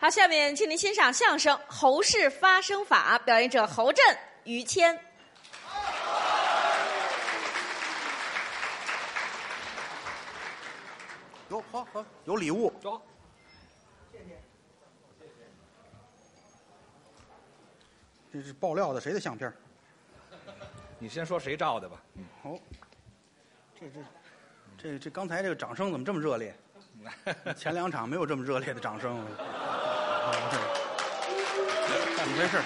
好，下面请您欣赏相声《侯氏发声法》，表演者侯震、于谦。有好好有礼物，走，这是爆料的谁的相片？你先说谁照的吧。哦，这这这这刚才这个掌声怎么这么热烈？ 前两场没有这么热烈的掌声。哦对怎么回事？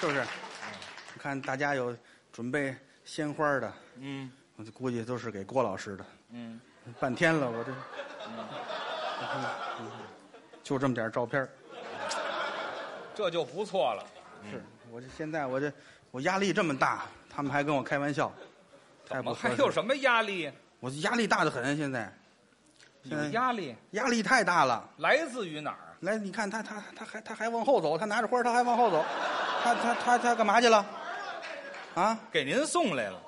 是不是？你看大家有准备鲜花的，嗯我就估计都是给郭老师的。嗯，半天了，我这，就这么点照片儿这就不错了。是我这现在我这我压力这么大，他们还跟我开玩笑，太怎不么合还适有什么压力？我压力大的很，现在嗯有压力压力太大了。来自于哪儿？来，你看他他他还他还往后走，他拿着花儿他还往后走，他他他他干嘛去了？啊，给您送来了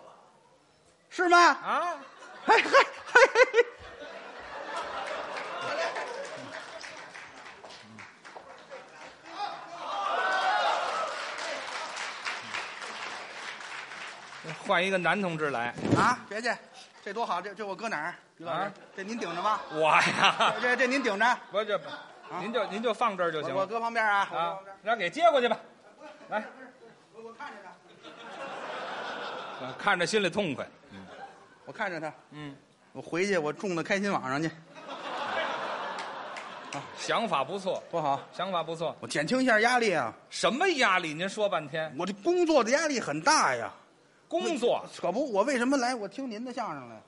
是吗？啊？哎嗨嗨嘿，换一个男同志来，嘿啊，别介，这多好，这这我搁哪儿？于老师啊，这您顶着吧，我呀， 这这您顶着，不是，您就您就放这儿就行啊我我了搁旁边啊，我搁啊旁边。，让给接过去吧。来，我我看着他， 看着心里痛快。我看着他，嗯，我回去我种到开心网上去，想法不错，多好！想法不错。我减轻一下压力啊，什么压力？您说半天，我这工作的压力很大呀。工作可不，我为什么来？我听您的相声来，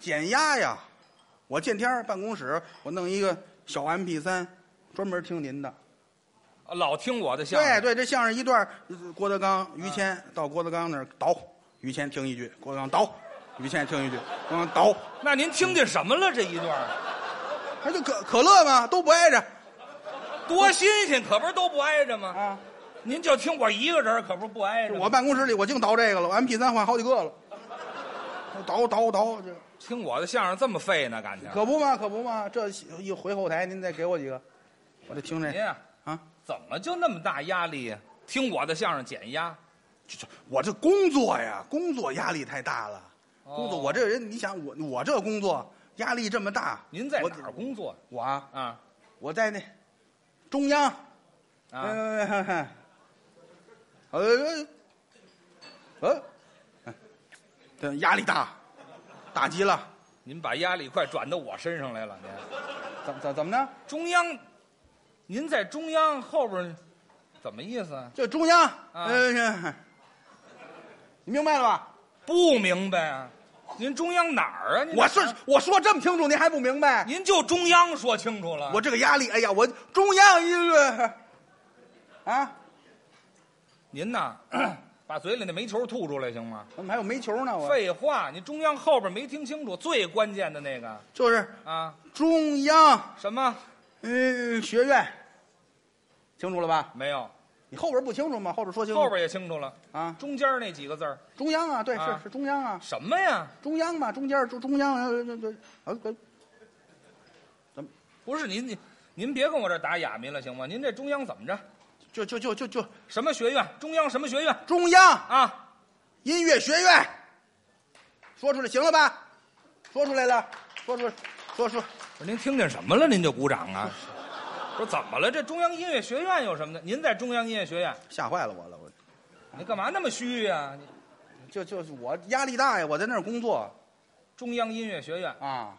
减压呀！我见天儿办公室，我弄一个小 MP 三，专门听您的。老听我的相对声，嗯对，这相声一段儿，呃郭德纲、于谦、到郭德纲那儿倒，于谦听一句，郭德纲倒，于谦听一句，郭德纲倒，那您听见什么了？这一段儿。那就可可乐嘛，都不挨着多新鲜，可不是都不挨着吗？啊。您就听我一个人，可不是不挨着吗。我办公室里我净倒这个了，我 MP 三换好几个了，倒倒倒，这听我的相声这么费呢，感情。可不嘛，可不嘛，这一回后台您再给我几个，我得听这您啊，啊。怎么就那么大压力呀、听我的相声减压，这我这工作呀，工作压力太大了。哦工作，我这人，你想我我这工作压力这么大。您在我哪儿工作我啊，啊？我在那中央。啊，呃，呃，呃，这压力大，大极了。您把压力快转到我身上来了。您怎怎怎么呢？中央，您在中央后边儿，怎么意思啊？这中央，呃，你明白了吧？不明白啊？您中央哪儿啊？您我是我说这么清楚，您还不明白？您就中央说清楚了。我这个压力，哎呀，我中央一个，啊，您呐， 把嘴里那煤球吐出来行吗？怎么还有煤球呢？我废话，你中央后边没听清楚，最关键的那个就是啊，中央什么嗯学院，清楚了吧？没有？你后边不清楚吗？后边说清楚后边也清楚了，啊，中间那几个字儿中央啊，对，啊是是中央啊，什么呀？中央嘛，中间中中央，呃这这呃呃不是您您您别跟我这打哑谜了行吗？您这中央怎么着？就就就就就什么学院？中央什么学院中央啊？音乐学院，说出来行了吧？说出来了，说出来，说说不是您听见什么了？您就鼓掌啊？不是怎么了？这中央音乐学院有什么的？您在中央音乐学院，吓坏了我了，我你干嘛那么虚呀、你就就是我压力大呀，我在那儿工作中央音乐学院啊。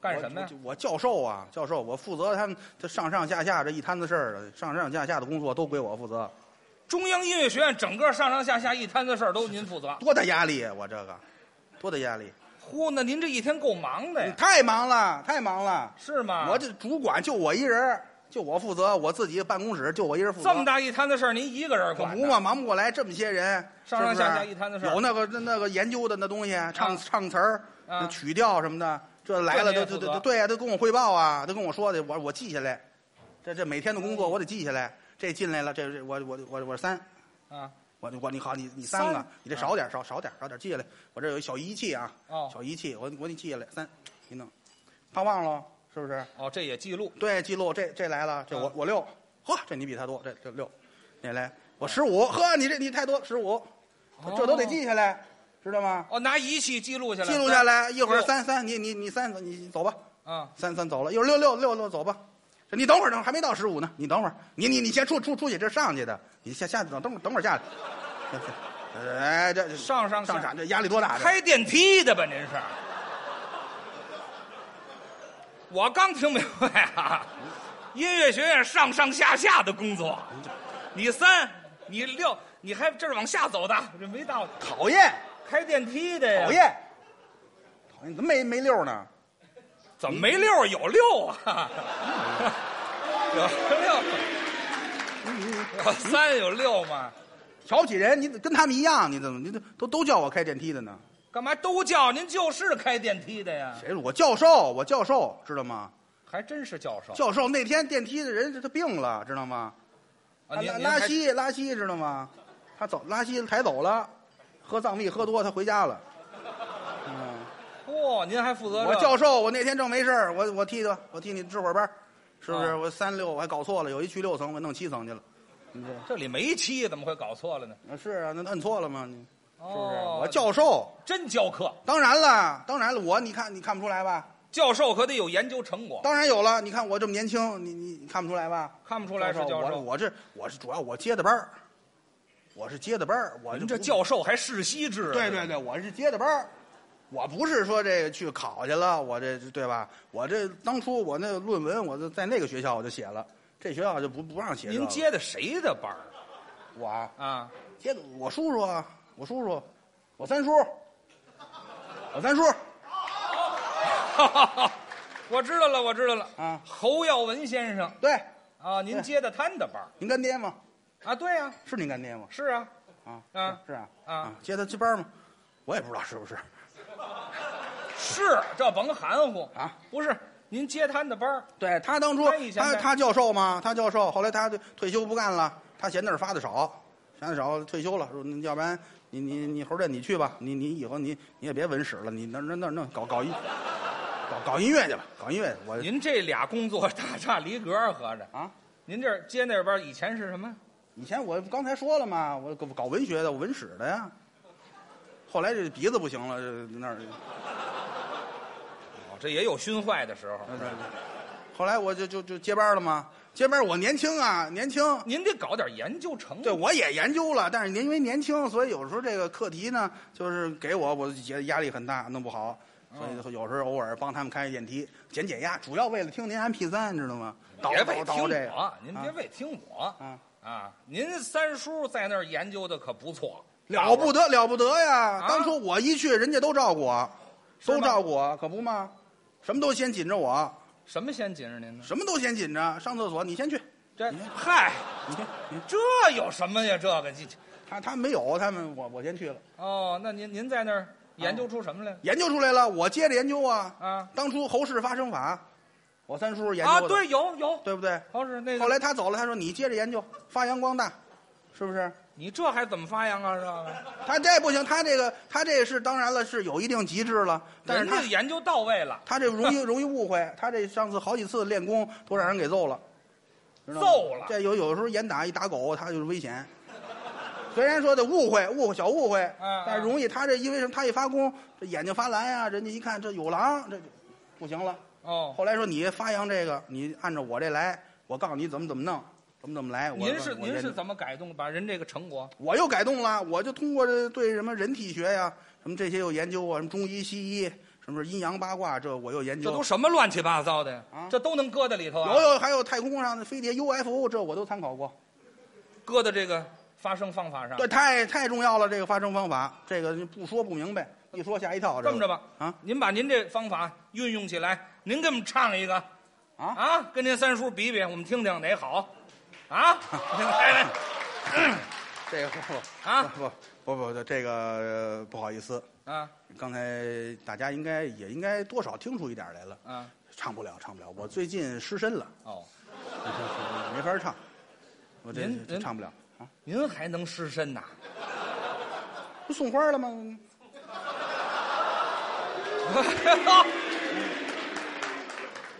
干什么呀我？我我教授啊，教授，我负责他们这上上下下这一摊子事儿，上上下下的工作都归我负责，中央音乐学院整个上上下下一摊子事儿都您负责。多大压力啊！我这个，多大压力！呼，那您这一天够忙的你呀，太忙了，太忙了！是吗？我这主管就我一人儿，就我负责，我自己办公室就我一人负责。这么大一摊子事儿，您一个人可管不呢？嘛，忙不过来，这么些人，上上是不是啊下下一摊子事儿有那个那那个研究的那东西，唱、啊唱词儿、啊那曲调什么的，这来了都这你也都负责都对呀、都跟我汇报啊，都跟我说的，我我记下来，这这每天的工嗯作我得记下来，这进来了，这这我我我我三，啊，我我你好，你你三个三，你这少点少少点少点记下来，我这有一小仪器啊，哦小仪器，我我给你记下来三，你弄，怕忘了是不是？哦，这也记录对，记录这这来了，这我嗯我六，呵，这你比他多，这这六，你来，嗯我十五，呵，你这你太多，十五，哦这都得记下来，知道吗？哦，拿仪器记录下来，记录下来，一会儿六三三，你你你三，你你走吧，啊，三三走了，一会儿六六六六走吧。这你等会儿，等会儿还没到十五呢，你等会儿，你你你先出出出去，这上去的，你下下等等等会儿下来，哎， 这这上上上下场，这压力多大？这开电梯的吧？您是？我刚听明白啊，音乐学院上上下下的工作，你三，你六，你还这是往下走的，这没到讨厌开电梯的呀？讨，厌讨厌，怎么没没六呢？怎么没六？有六 啊，有六，有三有六嘛？瞧不起人，你跟他们一样，你怎么你都都都叫我开电梯的呢？干嘛都叫您就是开电梯的呀？谁？我教授，我教授，知道吗？还真是教授教授那天电梯的人他病了，知道吗？啊！您拉您拉还稀拉稀，知道吗？他走拉稀抬走了，喝藏蜜喝多，他回家了。 嗯，嚯，您还负责我这教授，我那天正没事儿我我替他，我替你值会儿班儿，是不是？啊我三六我还搞错了，有一去六层，我弄七层去了。你这这里没七，怎么会搞错了呢？啊是啊，那摁错了吗？你是是不是？我教授，真教课，当然了，当然了，我你看你看不出来吧？教授可得有研究成果，当然有了，你看我这么年轻，你你你看不出来吧？看不出来是教我授。我这我是主要我接的班儿，我是接的班儿，我您这这不教授还世袭制啊？对对对，我是接的班儿，我不是说这个去考去了，我这对吧？我这当初我那论文我就在那个学校我就写了，这学校就不不让写这个。您接的谁的班儿我啊啊？接的我叔叔啊，我叔叔，我三叔，我三叔啊我知道了，我知道了啊侯耀文先生对，啊，您对接的他的班儿您干爹吗？啊？对呀，是您干爹吗？是啊，啊啊是是啊啊接他接班儿吗？我也不知道是不是。是这甭含糊啊，不是您接他的班儿对他当初他以前他在他教授嘛，他教授，后来他就退休不干了，他嫌那儿发的少，嫌的少退休了，说那要不然你你你侯震你去吧，你你以后你你也别文史了，你那那那那搞搞音搞搞音乐去吧，搞音乐去我您这俩工作大差离格儿，合着啊，您这儿接那班儿以前是什么？以前我刚才说了嘛，我搞搞文学的，我文史的呀，后来这鼻子不行了，这那儿，哦，这也有熏坏的时候。那那后来我就就就接班了嘛，接班我年轻啊，年轻，您得搞点研究成对，果。我也研究了，但是您因为年轻，所以有时候这个课题呢，就是给我，我就觉得压力很大，弄不好，所以有时候偶尔帮他们开开电梯，减减压，主要为了听您 MP 三，知道吗？倒别为倒听倒这个我，您别为听我啊，啊！您三叔在那儿研究的可不错，了不得得了不得呀！啊当初我一去，人家都照顾我，都吗照顾我，可不嘛，什么都先紧着我，什么先紧着您呢？什么都先紧着。上厕所你先去，这你看嗨，你先，你这有什么呀？这个这他他没有，他们我我先去了，哦，那您您在那儿研究出什么来研究出来了，我接着研究啊。啊？当初侯氏发生法，我三叔研究啊，的对，有有，对不对？好使那后个，来他走了，他说你接着研究，发扬光大，是不是？你这还怎么发扬啊？这 个他这不行，他这个他这是当然了，是有一定极致了，但是人他家研究到位了，他这容易 容易误会，他这上次好几次练功都让人给揍了，知道吗揍了这有有时候严打一打狗，他就是危险。虽然说的误会，误会小误会，嗯但是容易他这因为什么？他一发功，这眼睛发蓝呀、人家一看这有狼，这不行了。哦。后来说你发扬这个，你按照我这来，我告诉你怎么怎么弄，怎么怎么来。我您是我您研究是怎么改动把人这个成果？我又改动了，我就通过这对什么人体学呀、什么这些有研究啊，什么中医、西医，什么阴阳八卦，这我又研这究。都什么乱七八糟的呀啊？这都能搁在里头啊？有有，还有太空上的飞碟、UFO，这我都参考过。搁到这个发声方法上。这太太重要了，这个发声方法，这个不说不明白，一说吓一跳。这么着吧， 啊您把您这方法运用起来，您给我们唱一个，啊啊，跟您三叔比比，我们听听哪好， 啊，来来，这个不哎啊不不不不，这个、呃不好意思，啊刚才大家应该也应该多少听出一点来了，啊，唱不了，唱不了，我最近失身了，哦，没法唱，我这您这您唱不了啊。您还能失身 呐？不送花了吗？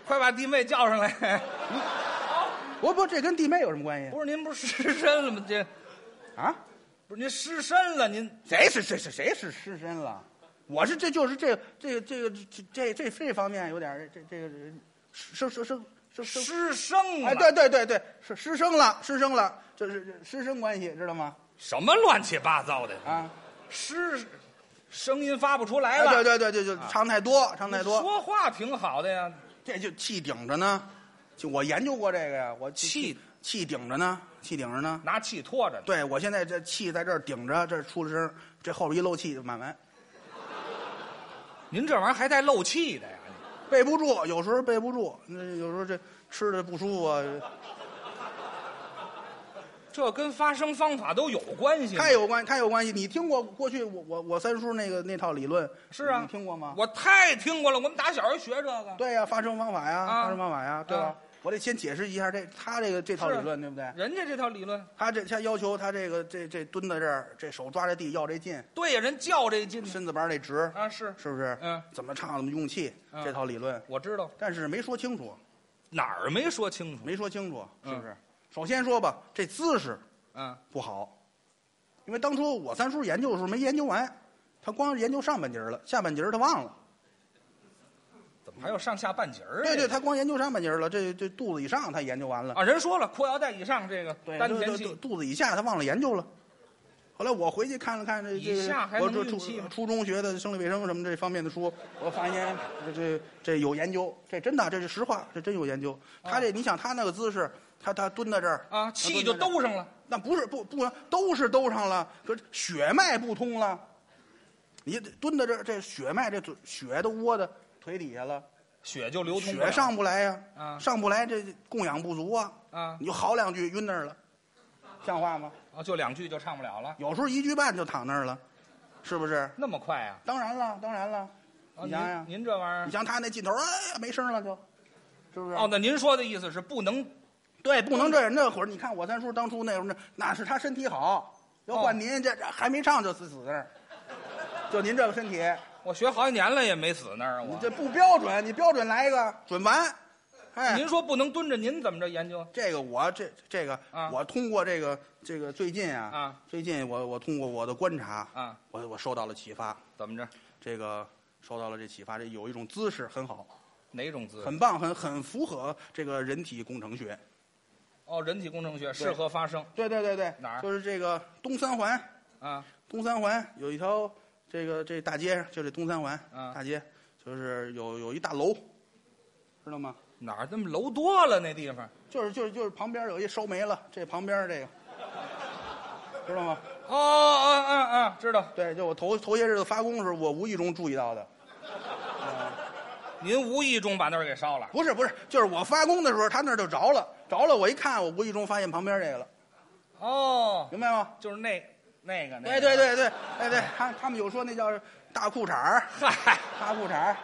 快把弟妹叫上来。不不，这跟弟妹有什么关系不是您不是失身了吗？这啊？不是您失身了？您谁是谁是谁是失身了？我是这就是这个这个这个这这这这方面有点儿这这个生生生生生失声了？哎，对对对对，是失声了，失声了，这是师生关系，知道吗？什么乱七八糟的？啊，失声音发不出来哎，了。对对对对，就唱太多，唱太多，说话挺好的呀。这就气顶着呢。就我研究过这个呀，我气气顶着呢，气顶着呢。拿气拖着呢。对我现在这气在这儿顶着，这儿出了声儿，这后边一漏气就满完，您这玩意儿还带漏气哎的呀？背不住，有时候背不住，那有时候这吃的不舒服啊，嗯这跟发声方法都有关系吗。太有关太有关系。你听过过去我我我三叔那个那套理论是啊，你听过吗？我太听过了，我们打小就学这个。对呀、发声方法呀，啊发声方法呀，对吧？啊我得先解释一下这他这个这套是理论，对不对？人家这套理论，他这他要求他这个这这蹲在这儿，这手抓着地要这劲，对呀，人较这劲身子板得直，啊，是是不是？嗯怎么唱怎么用气，嗯这套理论，我知道但是没说清楚，哪儿没说清楚。没说清楚，是嗯不是？首先说吧，这姿势嗯，不好，因为当初我三叔研究的时候没研究完，他光研究上半截儿了，下半截儿他忘了。怎么还有上下半截儿啊？对对，这他光研究上半截儿了，这这肚子以上他研究完了。啊，人说了，裤腰带以上这个对，丹就田就气就，肚子以下他忘了研究了。后来我回去看了看这这以下还我能这运初气吗初中学的生理卫生什么这方面的书，我发现这这这有研究，这真的这是实话，这真有研究。他这你想他那个姿势，他他蹲在这儿哦啊，气就，他蹲在这儿兜上了。那不是不不都是兜上了，可是血脉不通了。你蹲在这儿，这血脉这嘴血都窝在腿底下了，血就流通不了血上不来呀、啊上不来这供氧不足啊，啊你就嚎两句晕那儿了，像话吗？啊，就两句就唱不了了，有时候一句半就躺那儿了，是不是？那么快啊？当然了，当然了。啊你您想想，您这玩你意儿，像他那劲头，哎呀，没声了就，是不是？哦，，那您说的意思是不能对，不能这样。那会儿你看我三叔当初那会儿那那是他身体好，要哦换您这这还没唱就死死那儿，就您这个身体，我学好几年了也没死那儿，啊你我这不标准，你标准来一个准完，哎，您说不能蹲着，您怎么着研究？这个我这这个、啊我通过这个这个最近啊，啊最近我我通过我的观察，啊，我我受到了启发，怎么着？这个受到了这启发，这有一种姿势很好，哪种姿势？很棒，很很符合这个人体工程学。哦，人体工程学适合发声对对对对，哪儿就是这个东三环，啊东三环有一条这个这大街，就这东三环、啊大街，就是有有一大楼，知道吗？哪儿这么楼多了那地方？就是就是就是旁边有一烧煤了，这旁边这个，知道吗？哦哦哦哦，知道。对，就我头头些日子发功的时候，我无意中注意到的，您无意中把那儿给烧了，不是不是，就是我发功的时候，他那儿就着了，着了，我一看，我无意中发现旁边这个了，哦，明白吗？就是那那个那啊对对，个。对对，哎对，他他们有说那叫大裤衩儿，嗨，大裤衩儿，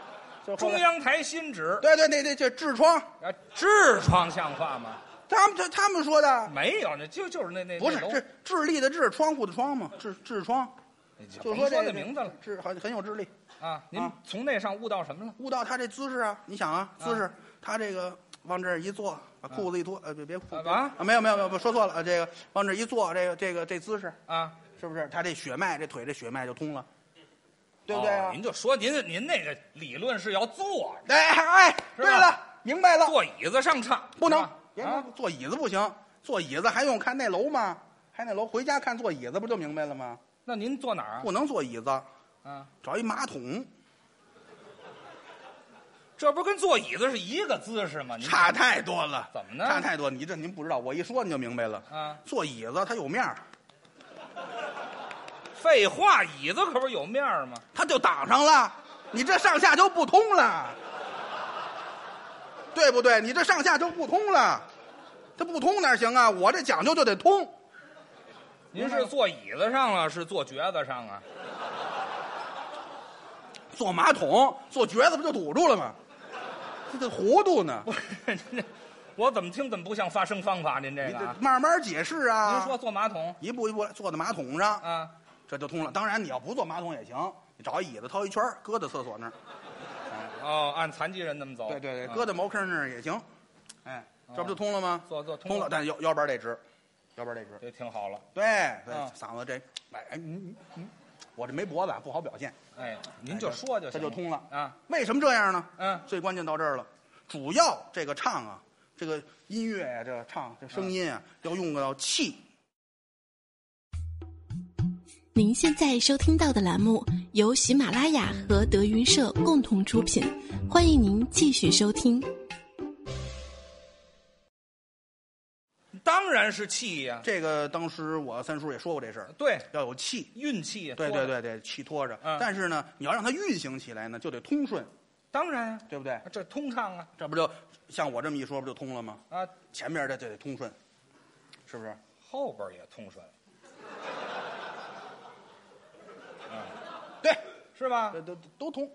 就后中来央台新址对对，那那叫痔疮，啊，痔疮像话吗？他们他他们说的没有，那就就是那那不是那楼这智力的智，窗户的窗嘛，痔痔疮，你就就甭说这那名字了，智很很有智力。啊。您啊从那上悟到什么了？悟到他这姿势啊，你想啊，姿势，他这个往这儿一坐，把裤子一脱，呃，别别裤啊子啊，没有没有没有，不说错了，呃这个往这儿一坐，这个这个这姿势啊，是不是？他这血脉，这腿这血脉就通了，对不哦对啊？您就说您您那个理论是要坐着哎哎，是对吧了，明白了，坐椅子上唱，不能是吧，别啊坐椅子不行，坐椅子还用看那楼吗？还那楼，回家看坐椅子不就明白了吗？那您坐哪儿啊？不能坐椅子，啊，找一马桶，这不是跟坐椅子是一个姿势吗？您差太多了。怎么呢差太多，你这您不知道，我一说你就明白了。啊，坐椅子它有面儿，废话，椅子可不是有面儿吗？它就挡上了，你这上下就不通了，对不对？你这上下就不通了，它不通哪行啊？我这讲究就得通，您明白是了坐椅子上啊，是坐橛子上啊？ 坐马桶坐橛子不就堵住了吗？这这糊涂呢，不是，您这我怎么听怎么不像发声方法？您这你个得啊，慢慢解释啊。您说坐马桶一步一步来坐在马桶上，啊？这就通了。当然你要不坐马桶也行，你找一椅子掏一圈儿搁在厕所那儿，哎哦，嗯按残疾人那么走。对对对，啊搁在茅坑那儿也行。哎，这不就通了吗？坐坐通了，但腰腰板得直，腰板得直。这挺好了。对，对嗯嗓子这，哎哎，你你你我这没脖子啊，不好表现。哎，您就说就这就行，通了。啊。为什么这样呢？嗯，最关键到这儿了，主要这个唱啊，这个音乐呀、这个唱这嗯声音啊，要用到气。您现在收听到的栏目由喜马拉雅和德云社共同出品，欢迎您继续收听。当然是气呀、这个当时我三叔也说过这事儿，对，要有气。运气呀。对多对了，对对，气拖着。嗯但是呢，你要让它运行起来呢，就得通顺，当然呀、对不对？这通畅啊这不就像我这么一说，不就通了吗？啊，前面的就得通顺，是不是？后边也通顺，对，嗯是吧这？都都通，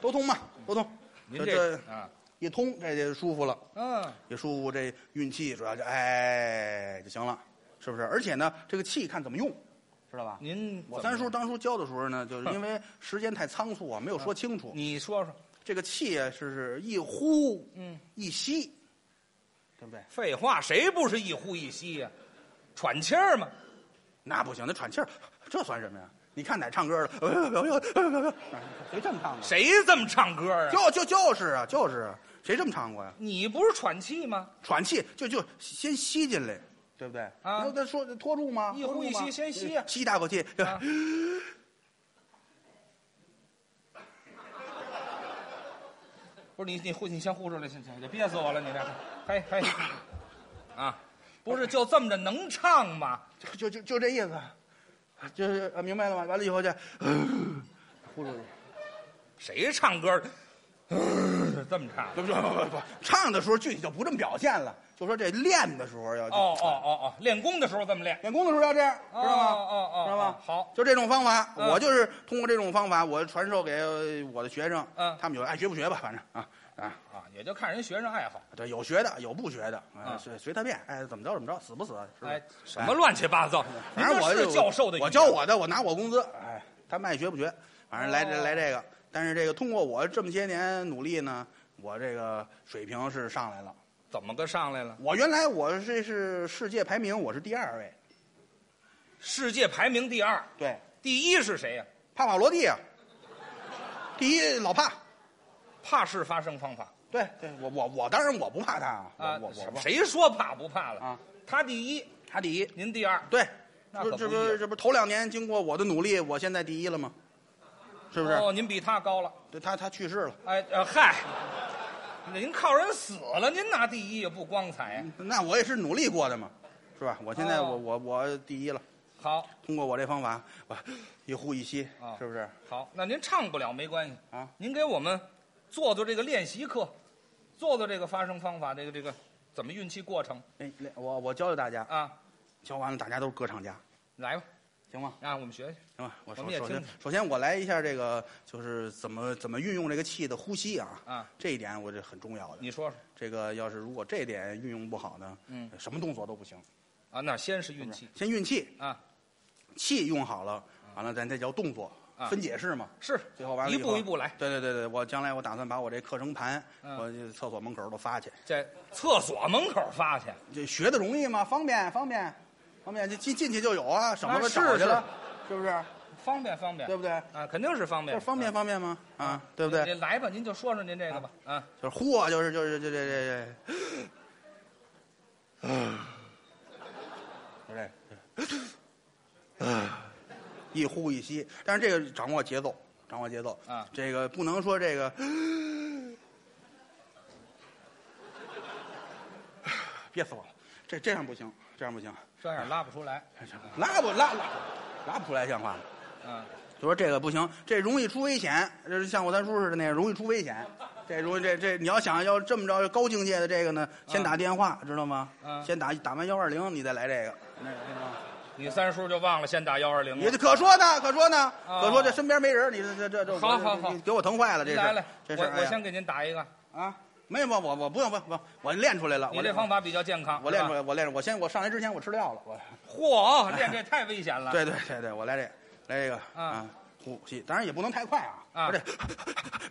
都通嘛，都通。您这这啊，一通，这就舒服了，嗯，也舒服。这运气主要就哎就行了，是不是？而且呢，这个气看怎么用，知道吧？您我怎么三叔，当初教的时候呢，就是因为时间太仓促啊，没有说清楚。你说说，这个气啊，是是一呼，嗯，一吸，对不对？废话，谁不是一呼一吸呀、喘气儿嘛，那不行，那喘气儿，这算什么呀？你看哪唱歌的？呃呃呃呃呃呃谁这么唱的？谁这么唱歌啊？就就就是啊，就是啊，谁这么唱过呀？你不是喘气吗？喘气就就先吸进来，对不对？啊那再说拖住吗？一拖呼住吗一吸先吸啊吸一大口气，啊不是你，你呼，你先呼出来，先先，别憋死我了，你这，嘿嘿，啊，不是就这么着能唱吗？就 就就就这意思，就是呃明白了吗？完了以后就， 呼出去，谁唱歌儿、 呃这么唱？不不不不不，唱的时候具体就不这么表现了，就说这练的时候要哦哦哦哦，练功的时候这么练，练功的时候要这样，知哦道吗？哦哦知道吗？哦好就这种方法，嗯我就是通过这种方法，我传授给呃我的学生，嗯他们有爱学不学吧，反正啊啊，啊，也就看人学生爱好。对，有学的，有不学的，啊嗯随随他便，哎，怎么着怎么着，死不死，是不是哎，什么？乱七八糟？您反正我这是教授的语言，我教我的，我拿我工资，哎，他们爱学不学，反正来这哦来这个，但是这个通过我这么些年努力呢，我这个水平是上来了。怎么个上来了？我原来我这是世界排名，我是第二位，世界排名第二，对，第一是谁呀、帕瓦罗蒂啊，第一老帕。怕事发生方法对对，我我我当然我不怕他啊，啊！我我我什不么谁说怕不怕了啊？他第一，他第一，您第二，对，那这可这不一不样这不头两年经过我的努力，我现在第一了吗？是不是？哦，您比他高了。对他他去世了，哎呃，嗨，您靠人死了，您拿第一也不光彩啊呀。那我也是努力过的嘛，是吧？我现在我、哦我我第一了，好，通过我这方法，我一呼一吸，啊是不是？好，那您唱不了没关系啊您给我们做做这个练习课，做做这个发声方法，这个这个怎么运气过程哎，我我教教大家，啊？教完了大家都是歌唱家，来吧，行吗？啊，我们学学。行吧，我我首们也首听先听首先我来一下这个，就是怎么怎么运用这个气的呼吸啊，啊，这一点我这很重要的。你说说这个要是如果这点运用不好呢，嗯，什么动作都不行。啊，那先是运气先运气，啊，气用好了，完了咱再叫动作，啊分解式嘛。是最后完了一以后步一步来。对对对对，我将来我打算把我这课程盘，嗯我就厕所门口都发去。在厕所门口发去，这学的容易吗？方便方便，方便，这进进去就有啊，省得啊我是找去了，是不是？方便方便，对不对？啊，肯定是方这便，是方便啊方便吗？啊，对不对？您来吧，您就说说您这个吧，啊，就是呼啊，就是就是就这这这，就这，啊一呼一吸，但是这个掌握节奏，掌握节奏啊这个不能说这个，憋死我了，这这样不行，这样不行，这样拉不出来，拉不拉拉拉不出来像话吗？啊，就说这个不行，这容易出危险，就是像我三叔似的那样，容易出危险。这容易这这，你要想要这么着高境界的这个呢，先打电话，知道吗？嗯先打打完幺二零，你再来这个。你三叔就忘了先打幺二零你了这，可说呢，可说呢，哦可说这身边没人，你这这这这，好我好好你给我疼坏了，这您是来来，这我是哎我呀先给您打一个，啊，没有没有我我不用不用不用，我练出来了，你我这方法比较健康，我练是出吧来，我练出来，我先我上来之前我吃了药了，我 嚯，练这太危险了，对对对对，我来这个来这个啊啊，呼呼吸，当然也不能太快啊，啊这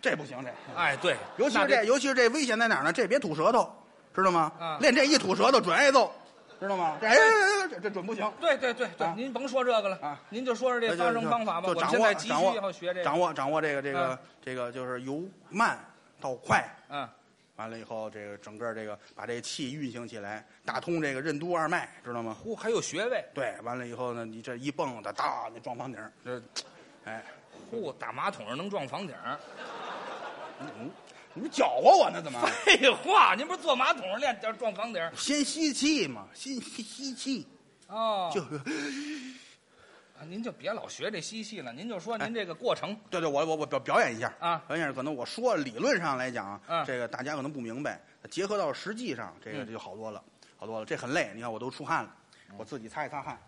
这不行，这哎，对，尤其那是这，得尤其是这危险在哪儿呢？这别吐舌头，知道吗？啊练这一吐舌头准挨揍，知道吗？这哎哎哎哎这这准不行。对对对对啊，您甭说这个了啊，您就说说这发声方法吧。就我就们掌现握在急需掌握要学这掌个，握掌握这个这个嗯这个就是由慢到快，嗯，完了以后这个整个这个把这个气运行起来，打通这个任督二脉，知道吗？呼还有穴位，对，完了以后呢，你这一蹦哒哒，你撞房顶儿，这哎，呼打马桶上能撞房顶儿。啊你不搅和我呢？怎 么？ 废话，您不是坐马桶上练撞房顶儿？先吸气嘛，先吸吸气，哦，就啊您就别老学这嬉戏了，您就哎说您这个过程。对对，我我我表表演一下啊表演可能我说理论上来讲，嗯这个大家可能不明白，结合到实际上，这个就好多了，好多了。这很累，你看我都出汗了，我自己擦一擦汗，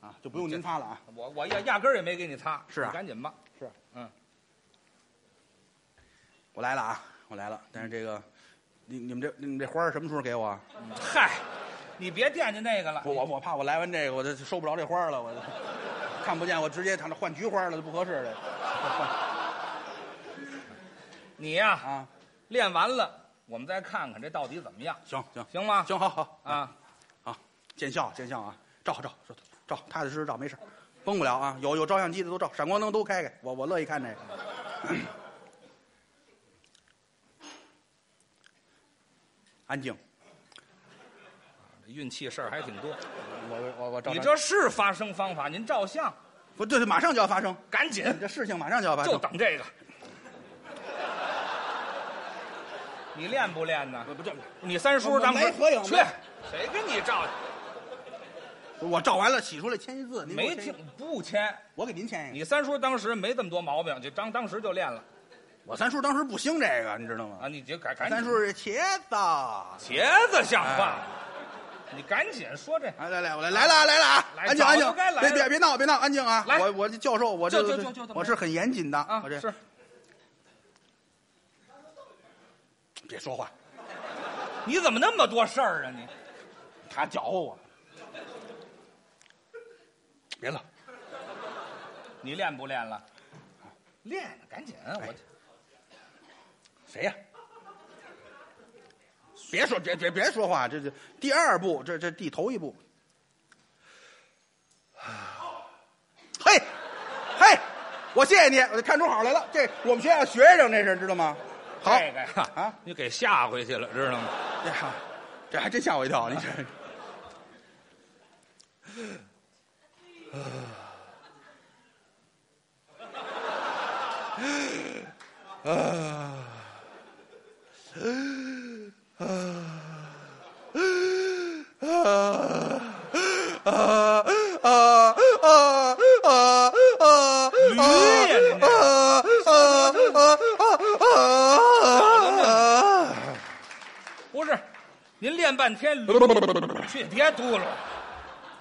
啊，就不用您擦了啊。我我压压根儿也没给你擦，是啊你赶紧吧。是，嗯，我来了啊，我来了。但是这个，你你们这你们这花儿什么时候给我啊？嗨，你别惦记那个了。我我我怕我来完这个，我就收不着这花儿了，我就看不见，我直接他换菊花了，就不合适了。你呀、 啊，练完了，我们再看看这到底怎么样，行行行吗？行，好好啊，啊，见笑见笑啊，照照照照，踏踏实实照，没事儿，崩不了啊。有有照相机的都照，闪光灯都开开，我我乐意看这个。安静，运气事儿还挺多。我我我照你相这是发声方法，您照相，不对对，马上就要发生，赶紧你这事情马上就要发生就，等这个。你练不练呢？不这你三叔我当时没合影去没，谁跟你照？我照完了洗出来签一字，您给我没签听，不签。我给您签一个。你三叔当时没这么多毛病，就当当时就练了我三叔当时不兴这个，你知道吗？啊！你就赶赶紧三叔是哎茄子，茄子像话吗，你赶紧说这来来来，我来来了来了啊！来安静早安就静该，来别了别别闹别闹，安静啊！来我我这教授，我这就就就就这么我是很严谨的，啊我这是别说话，你怎么那么多事儿啊你？他搅和我，别了，你练不练了？哎练，赶紧！我谁呀、别说别别别说话，这这第二步，这这第头一步。 嘿，嘿，我谢谢你，我就看出好来了。这我们学校学生这是知道吗？好，这个呀啊，你给吓回去了，知道吗？这还这还真吓我一跳，你这。呃不是，您练半天驴，去别嘟噜，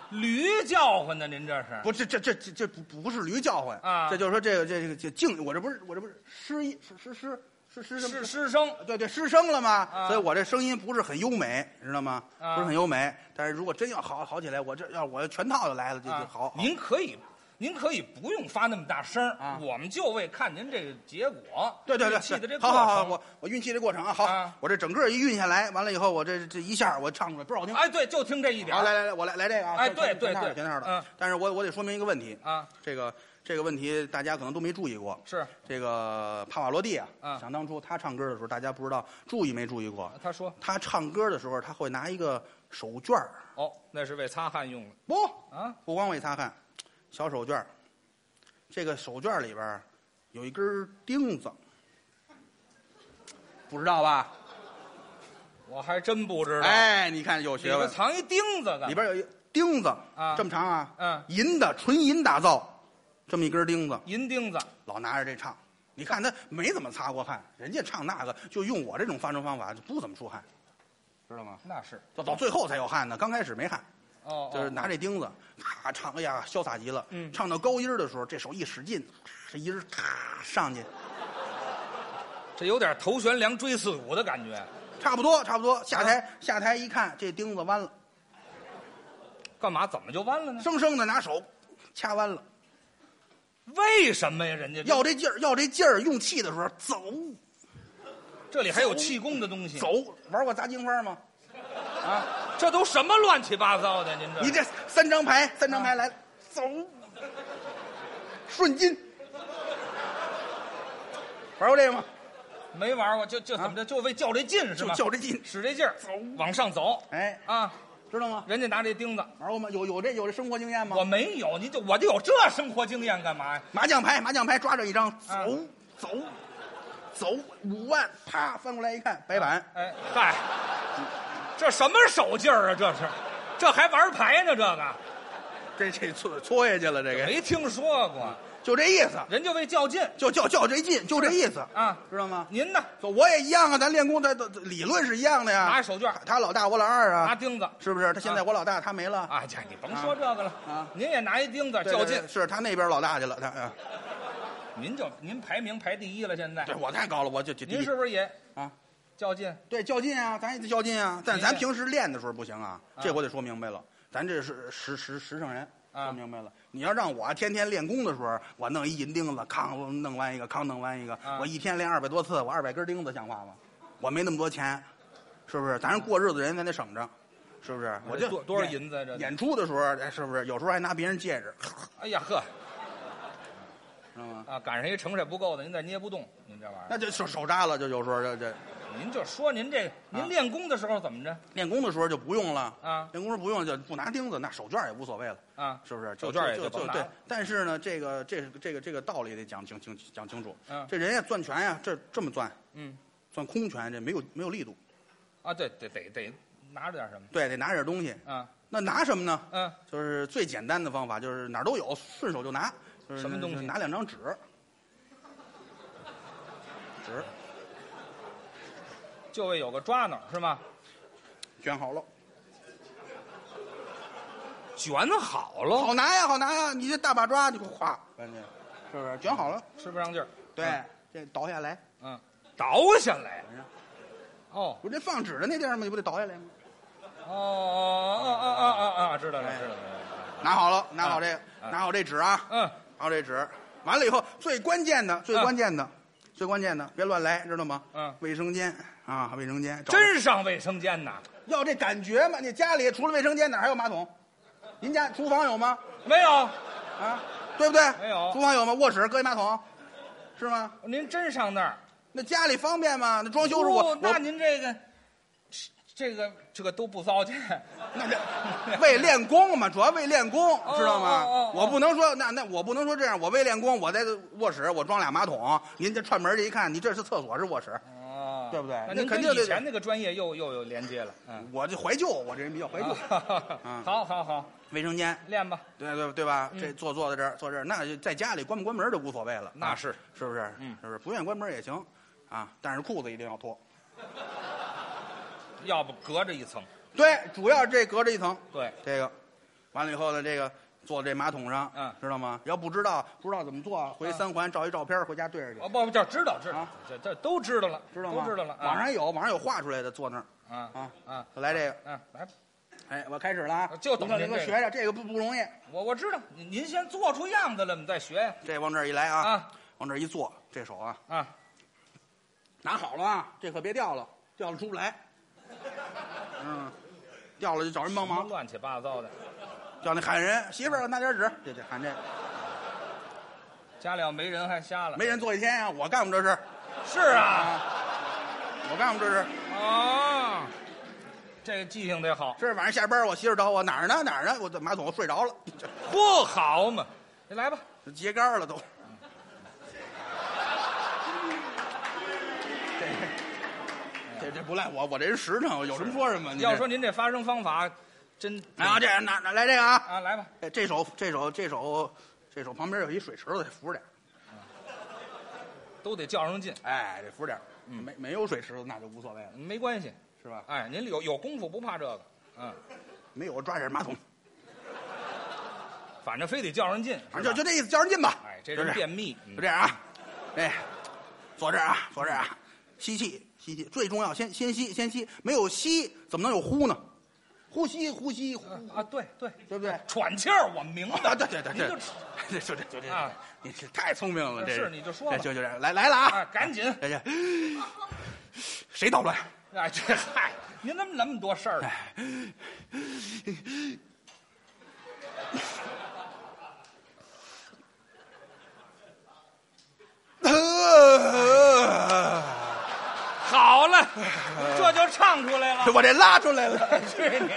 驴叫唤呢？您这是？不，这这这这这不不是驴叫唤啊这就是说这个这个这敬，我这不是我这不是失一失失失失失什么是师生，对对失声了吗？啊所以我这声音不是很优美，知道吗？啊不是很优美，但是如果真要好好起来，我这要我全套就来了，就就啊好。好您可以，您可以不用发那么大声儿啊我们就为看您这个结果，对对对，气的这好好好，过程我我运气这过程啊，好，啊我这整个一运下来，完了以后，我这这一下我唱出来倍儿好听。哎，对，就听这一点好，儿来来来，我来来这个啊！哎全对全全对套的对全套的。嗯，但是我我得说明一个问题，啊，这个这个问题大家可能都没注意过，是这个帕瓦罗蒂啊，啊想当初他唱歌的时候，大家不知道注意没注意过？他说他唱歌的时候，他会拿一个手绢儿，哦，那是为擦汗用的不啊，不光为擦汗，小手绢儿。这个手绢儿里边儿有一根儿钉子，不知道吧？我还真不知道，，哎，你看有里学边问，藏一钉子的，里边有一钉子啊这么长啊，嗯银的纯银打造，这么一根钉子，银钉子，老拿着这唱。你看他没怎么擦过汗，人家唱那个就用我这种发声方法就不怎么出汗，知道吗？那是到到最后才有汗呢，刚开始没汗，哦，就是哦拿这钉子咔唱，哎呀，潇洒极了。嗯唱到高音儿的时候，这手一使劲，这音儿咔上去，这有点头悬梁锥刺股的感觉，差不多差不多。下台、下台一看，这钉子弯了，干嘛？怎么就弯了呢？生生的拿手掐弯了。为什么呀？人家这要这劲儿，要这劲儿，用气的时候走这里还有气功的东西，走，玩过砸金花吗？啊，这都什么乱七八糟的？您这你这三张牌，三张牌来啊了，走，顺筋，玩过这个吗？没玩过，就就怎么着，就为较这劲是啊就吧？较这劲，使这劲儿，走往上走。哎，啊，知道吗？人家拿这钉子，玩过吗？有有这有这生活经验吗我？没有，你就我就有这生活经验干嘛呀？麻将牌，麻将牌抓着一张，啊走走走，五万，啪翻过来一看，白板。哎，嗨，这什么手劲儿啊？这是，这还玩牌呢？这个这这搓搓下去了，这个没听说过，就这意思，人就为较劲就就就这劲，就这意思，啊。知道吗？您呢？我也一样啊，咱练功，咱都理论是一样的呀。拿手绢儿他他老大，我老二拿啊，钉子。是不是？他现在啊我老大，他没了，哎呀，你甭说这个了啊您也拿一钉子对较对劲对，是他那边老大去了，他啊，您就您排名排第一了，现在对我太高了，我就就您是不是也啊？较劲？对，较劲啊，咱也得较劲啊，但您咱这平时练的时候不行啊，啊这我得说明白了，咱这是实实实诚人。啊说明白了，你要让我天天练功的时候，我弄一银钉子，康我弄完一个，康弄完一个，啊我一天练二百多次，我二百根钉子，像话吗？我没那么多钱，是不是？咱是过日子人，咱得省着，是不是？我这就哎多多少演银子啊呀这得演出的时候，哎是不是有时候还拿别人戒指， 哎呀呵知道吗？啊，赶上一成色不够的，您再捏不动，您这玩意那就手手扎了，就有时候这这儿，您就说您这个，啊您练功的时候怎么着练功的时候就不用了啊练功时候不用就不拿钉子，那手绢也无所谓了。啊？是不是？手绢儿也就就甭拿对了，但是呢，这个这个这个这个道理得讲清清讲清楚。嗯这人呀，攥拳呀，这这么攥，嗯攥空拳，这没有没有力度，啊，对，得得得拿着点什么对，得拿点东西。啊？那拿什么呢？嗯，就是最简单的方法，就是哪儿都有，顺手就拿。就是什么东西就是拿两张纸，纸就为有个抓挠是吗？卷好了，卷好好喽，拿呀，好拿呀！你这大把抓，你哗，关键是不是卷好了？使不上劲儿，对嗯，这倒下来，嗯，倒下来完事儿，哦不是这放纸的那地儿吗？你不得倒下来吗？哦哦哦哦哦哦，知道了哎知道了，拿好了，拿好这个，啊啊拿好这纸啊。嗯，然后这纸，完了以后最关键的，最关键的，最关键的，别乱来，知道吗？嗯卫生间啊，卫生间，找真上卫生间呐？要这感觉嘛？你家里除了卫生间哪儿还有马桶？您家厨房有吗？没有，啊，对不对？没有厨房有吗？卧室搁一马桶，是吗？您真上那儿？那家里方便吗？那装修时候我哦那我您这个，这个这个都不糟践，那这 为练功嘛，主要为练功，知道哦哦吗哦？我不能说那那我不能说这样，我为练功，我在卧室我装俩马桶，您这串门这一看，你这是厕所是卧室，哦，对不对那那您肯跟定得以前那个专业又又有连接了，嗯，我这怀旧，我这人比较怀旧。嗯啊 好好好，卫生间，练吧，对对对吧？嗯这坐坐在这儿，坐这儿，那就在家里关不关门就无所谓了。那是啊是不是？嗯是不是？不愿意关门也行，啊，但是裤子一定要脱。要不隔着一层，对，主要这隔着一层，对，这个，完了以后呢，这个坐这马桶上，嗯知道吗？要不知道不知道怎么做，回嗯三环照一照片，回家对着去哦，不不，这知道知道啊，这这都知道了，知道吗？都知道了，啊网上有，网上有画出来的，坐那儿啊啊啊来这个，啊，来，哎，我开始了啊，就等您您给我这学个着，这个不不容易，我我知道，您您先做出样子来，我们再学呀，这往这儿一来啊，啊往这儿一坐，这手啊，啊，拿好了啊，这可别掉了，掉了出不 来。嗯，掉了就找人帮忙，乱七八糟的，叫那喊人媳妇儿拿点纸，嗯这这喊这，家里要没人还瞎了，没人做一天啊，我干过这事，是啊，我干过这事。啊，这个记性得好，这晚上下班，我媳妇儿找我哪儿呢哪儿呢，我在马桶睡着了，不好嘛，你来吧，这揭竿了都。 这这这不赖我，我这人实诚，有什么说什么。你这要说您这发声方法，真嗯啊，这样拿拿来这个啊，啊，来吧， 哎这手这手这手这手旁边有一水池子，得扶着点儿。都得较上劲，哎，得服点儿，没没有水池子那就无所谓了，没关系。是吧？哎，您有有功夫不怕这个，嗯，没有抓点马桶，反正非得较上劲，反正就就是吧这意思，较人劲吧。哎，这就人这便样，秘，嗯就这样啊。哎，坐这儿啊，坐这儿啊，吸气，吸气，最重要，先先吸，先吸，没有吸怎么能有呼呢？呼吸呼吸，呼啊，对对，对不对？喘气儿我明白。啊，对对对您 对这就，就这就这啊，你这太聪明了，这是你就说吧这就就这样，来来了啊啊，，赶紧， 这这，谁捣 乱？哎，这嗨，您怎么那么多事儿呢？哎好了，这就唱出来了。呃 我这拉出来了。 去你的！